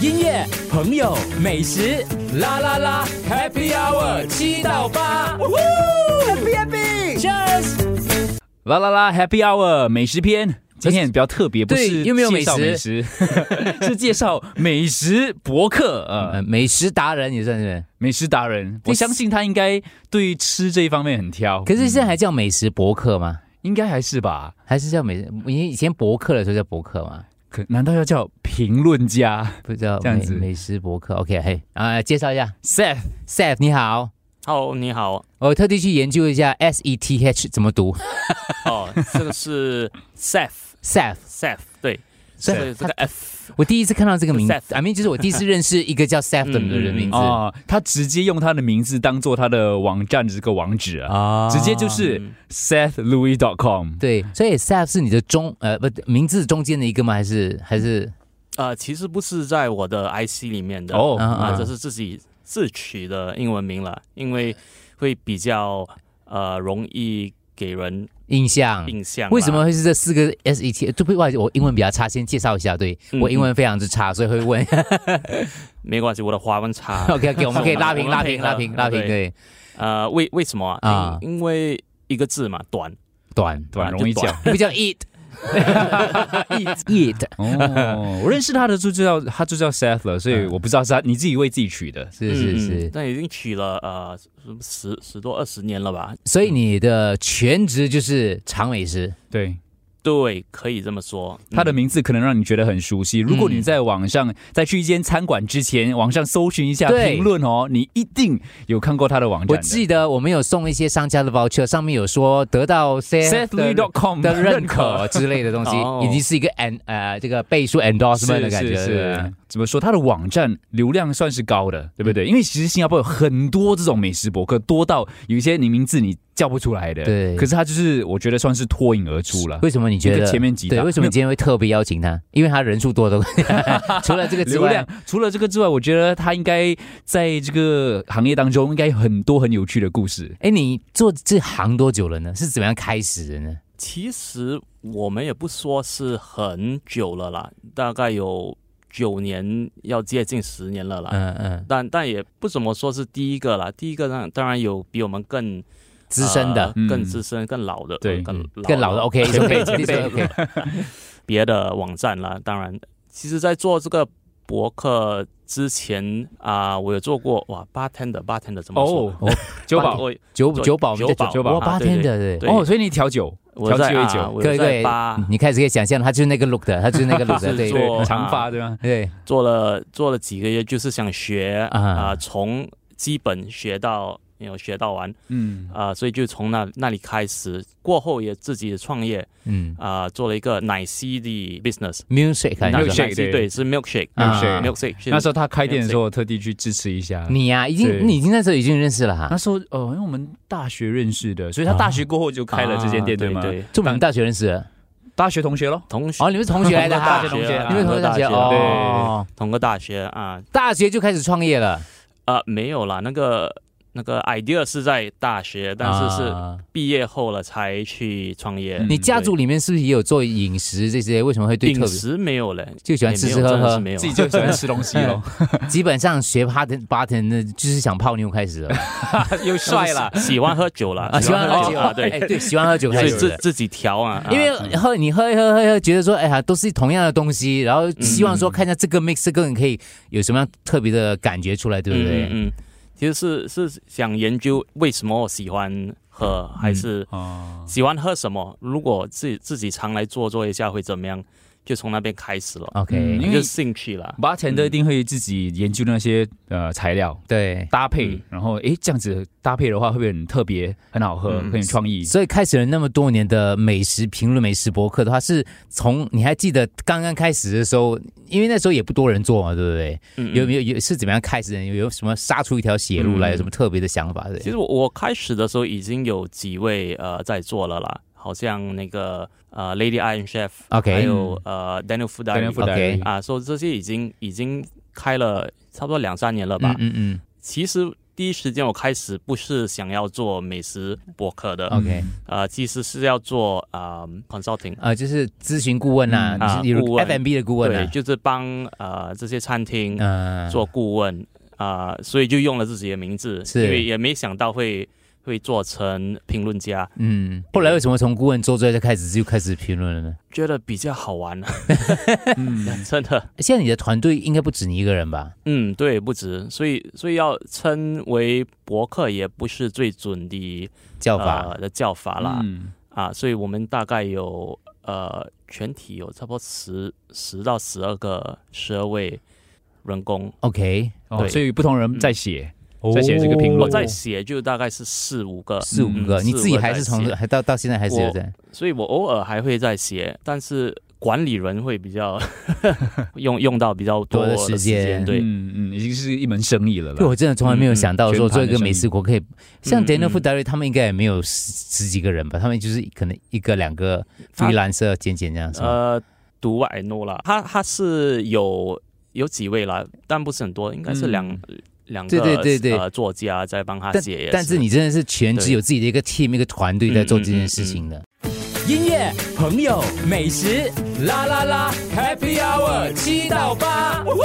音乐、朋友、美食，啦啦啦，Happy Hour 七到八，Happy Happy，Cheers！啦啦啦，Happy Hour 美食篇。今天比较特别，不对是又没有介绍美美食食， 是介绍美食博客呃，呃，美食达人也算是，美食达人。这我相信他应该对吃这一方面很挑，可是现在还叫美食博客吗？应该还是吧？还是叫美食？你以前博客的时候叫博客吗？可难道要叫评论家不知道这样美子美食博客，OK，嘿，啊，介绍一下 Seth？ ，Seth 你好， Hello，你好。我特地去研究一下 S E T H 怎么读哦，这个 是 Seth ，Seth， Seth，对，所所以以这个 F 我第一次看到这个名字 Seth ，I mean 就是我第一次认识一个叫 Seth 的人的名字哦，他直接用他的名字当做他的网站这个网址啊，啊直接就是嗯 SethLouis.com。对，所以 Seth 是你的中呃不名字中间的一个吗？还是还是呃，其实不是在我的 IC 里面的哦啊啊，这是自己自取的英文名了，因为会比较呃容易给人印象？印象啊啦。为什么会是这四个 S E T？对不起，我英文比较差，先介绍一下。对嗯我英文非常之差，所以会问。。没关系，我的华文差 OK OK，我们可以 拉平我们拉配平合拉平拉平，对对，呃，为为什么啊啊？因因为一个字嘛，短。短短啊容易就讲短不叫 eat eat eat 哦，我认识他的就叫他就叫 Seth 了，所以我不知道是他你自己为自己取的。是是嗯嗯是，但已经取了呃十十多二十年了吧？所以你的全职就是长美食对，对，可以这么说。嗯他的名字可能让你觉得很熟悉。如果你在网上在去一间餐馆之前，网上搜寻一下对评论哦，你一定有看过他的网我站的。记得我们有送一些商家的 voucher，上面有说得到 Seth 的 SethLouis.com 的认可之类的东西哦，已经是一个 and 呃这个倍数 endorsement 的感觉，哦是对不对是，怎么说？它的网站流量算是高的，对不对？因为其实新加坡有很多这种美食博客，多到有一些你名字你叫不出来的。对可是它就是我觉得算是脱颖而出了。为什么你觉一得个前面几大对？为什么你今天会特别邀请他？因为他人数 多的，除了这个之流量外，除了这个之外，我觉得它应该在这个行业当中应该有很多很有趣的故事。哎，你做这行多久了呢？是怎么样开始的呢？其实我们也不说是很久了啦，大概有九年，要接近十年了啦。嗯嗯，但但也不怎么说是第一个啦，第一个当当然有比我们更资深的嗯呃。嗯更资深、更呃老的，对更更老的 OK，前辈 OK，前辈 OK，别的网站啦。当然，其实，在做这个博客之前啊、我有做过哇八天的八天的怎么说呢？哦，酒八保我九做九哦宝，我们叫九宝九宝哇，啊八对天对的对。对哦，所以你调酒，我调在酒也啊，酒我各有位在八你开始可以想象，他就是那个 look 的，他就是那个 look 的， 是对做对，啊长发对吗？对，做了做了几个月，就是想学啊啊、从基本学到有学到完嗯，啊、所以就从那那里开始，过后也自己创业嗯啊、做了一个奶昔的 business， ，music 奶还 Milkshake，是什么昔对是 milkshake 嗯 milkshake 啊 milkshake 是那时候他开店的时候，我特地去支持一嗯下。你啊呀，已经对你已经那时候已经认识了那啊哈，时候呃，因为我们大学认识的，所以他大学过后就开了这间店，啊对吗？对，就我们大学认识的。大学同学咯。同学哦，你们是同学来的大哈 学，同学啊你们同学大学哦，同个大学啊大学就开始创业了，啊没有啦，那个那个 idea 是在大学，但是是啊毕业后了才去创业。嗯你家族里面是不是也有做饮食这些？为什么会对特饮别食没有嘞，就喜欢也吃没有吃喝真的是喝？没有自己 就喜欢吃东西 咯，基本上学八天八天的，就是想泡妞开始了又帅啦。喜欢喝酒了啊，喜欢喝酒啊，哎对，对， 喜欢喝酒所开以始自了。自己调啊，啊因为喝你喝一喝喝一喝，觉得说哎呀都是同样的东西，然后希望说看一下这个 mix 这个人可以有什么样特别的感觉出来，对不对？嗯嗯，其实是是想研究为什么我喜欢喝，还是 嗯哦，喜欢喝什么？如果自己自己常来做做一下会怎么样？就从那边开始了， OK，、嗯因为一个兴趣了。 bartender 一定会自己研究那些呃材料对，搭配嗯，然后诶这样子搭配的话会不会很特别、很好喝、嗯很有创意？所以开始了那么多年的美食评论、美食博客的话，是从你还记得刚刚开始的时候，因为那时候也不多人做嘛，对不对？嗯有有？没有有是怎么样开始的？有有什么杀出一条血路来？嗯有什么特别的想法？对其实我我开始的时候已经有几位呃在做了啦，好像那个呃 Lady Iron Chef， OK 还有呃 Daniel f u d a Daniel 嗯 Fudari 啊，说这些已经已经开了差不多两三年了吧。嗯嗯嗯嗯，其实第一时间我开始不是想要做美食博客的， OK，呃，其实是要做啊、consulting，呃，就是咨询顾问呐、嗯啊就是比如顾问 F&B 的顾问对，呐、就是帮呃这些餐厅嗯、做顾问啊、所以就用了自己的名字，是因为也没想到会会做成评论家，嗯，后来为什么从顾问做出来就开始就开始评论了呢？觉得比较好玩， 啊 嗯， 真的，现在你的团队应该不止你一个人吧？嗯，对，不止，所以所以要称为博客也不是最准的叫法、呃的叫法啦、嗯啊，所以我们大概有呃全体有差不多十十到十二个十二位人工， OK，哦，对所以不同人在写，再写哦这个评论我在写就大概是四五个，四五个，嗯你四五自己个还在是从写还到到现在还是有在所以我偶尔还会再写，但是管理人会 比较 用用到比较多多的的时时间间，对，嗯嗯，已经是一门生意了对，啦。我真的从来没有想到说嗯嗯做一个美食国可以，像嗯 Daniel 嗯 f o o d i r y 他们应该也没有十十几个人吧，他们就是可能一个两个他 freelancer 剪剪这样子。呃，读 I know 啦，他他是有有几位啦，但不是很多，应该是两、两个嗯对对对对呃作家在帮他但写也但是你真的是全职对有自己的一个 team 一个团队在做这嗯嗯件嗯事情的。音乐、朋友、美食，啦啦啦，Happy Hour 七到八，呜呼